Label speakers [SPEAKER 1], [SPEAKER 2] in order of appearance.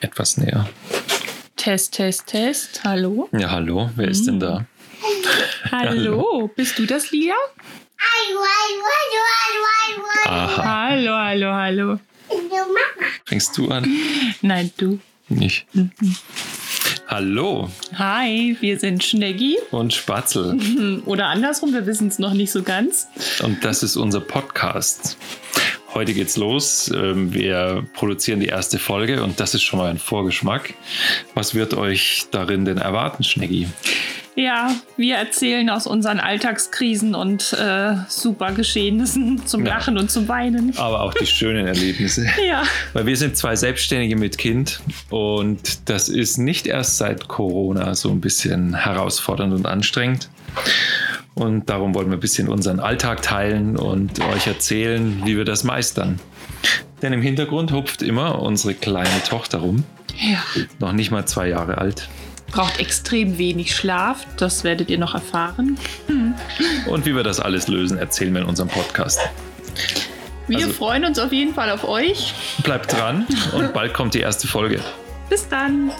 [SPEAKER 1] etwas näher.
[SPEAKER 2] Test, Test, Test. Hallo?
[SPEAKER 1] Ja, hallo, wer ist denn da?
[SPEAKER 2] Hallo, bist du das, Lia?
[SPEAKER 1] Aha,
[SPEAKER 2] Hallo, hallo, hallo.
[SPEAKER 1] fängst du an?
[SPEAKER 2] Nein, du.
[SPEAKER 1] Nicht. Hallo
[SPEAKER 2] Hi, wir sind Schneggi.
[SPEAKER 1] und Spatzel.
[SPEAKER 2] Hm, Oder andersrum, wir wissen es noch nicht so ganz.
[SPEAKER 1] Und das ist unser Podcast. Heute geht's los. Ähm, Wir produzieren die erste Folge und das ist schon mal ein Vorgeschmack. Was wird euch darin denn erwarten, Schneggi?
[SPEAKER 2] Ja, wir erzählen aus unseren Alltagskrisen und äh, super Geschehnissen zum
[SPEAKER 1] Ja. Ah.
[SPEAKER 2] Lachen und zum Weinen.
[SPEAKER 1] Aber auch die schönen Erlebnisse.
[SPEAKER 2] Ja,
[SPEAKER 1] Weil wir sind zwei Selbstständige mit Kind und das ist nicht erst seit Corona so ein bisschen herausfordernd und anstrengend. Und darum wollen wir ein bisschen unseren Alltag teilen und euch erzählen, wie wir das meistern. Denn im Hintergrund hupft immer unsere kleine Tochter rum,
[SPEAKER 2] ja.
[SPEAKER 1] noch nicht mal zwei Jahre alt.
[SPEAKER 2] Braucht extrem wenig Schlaf, das werdet ihr noch erfahren.
[SPEAKER 1] Und wie wir das alles lösen, erzählen wir in unserem Podcast.
[SPEAKER 2] Wir
[SPEAKER 1] Also-
[SPEAKER 2] freuen uns auf jeden Fall auf euch.
[SPEAKER 1] Bleibt dran und bald kommt die erste Folge.
[SPEAKER 2] Bis dann.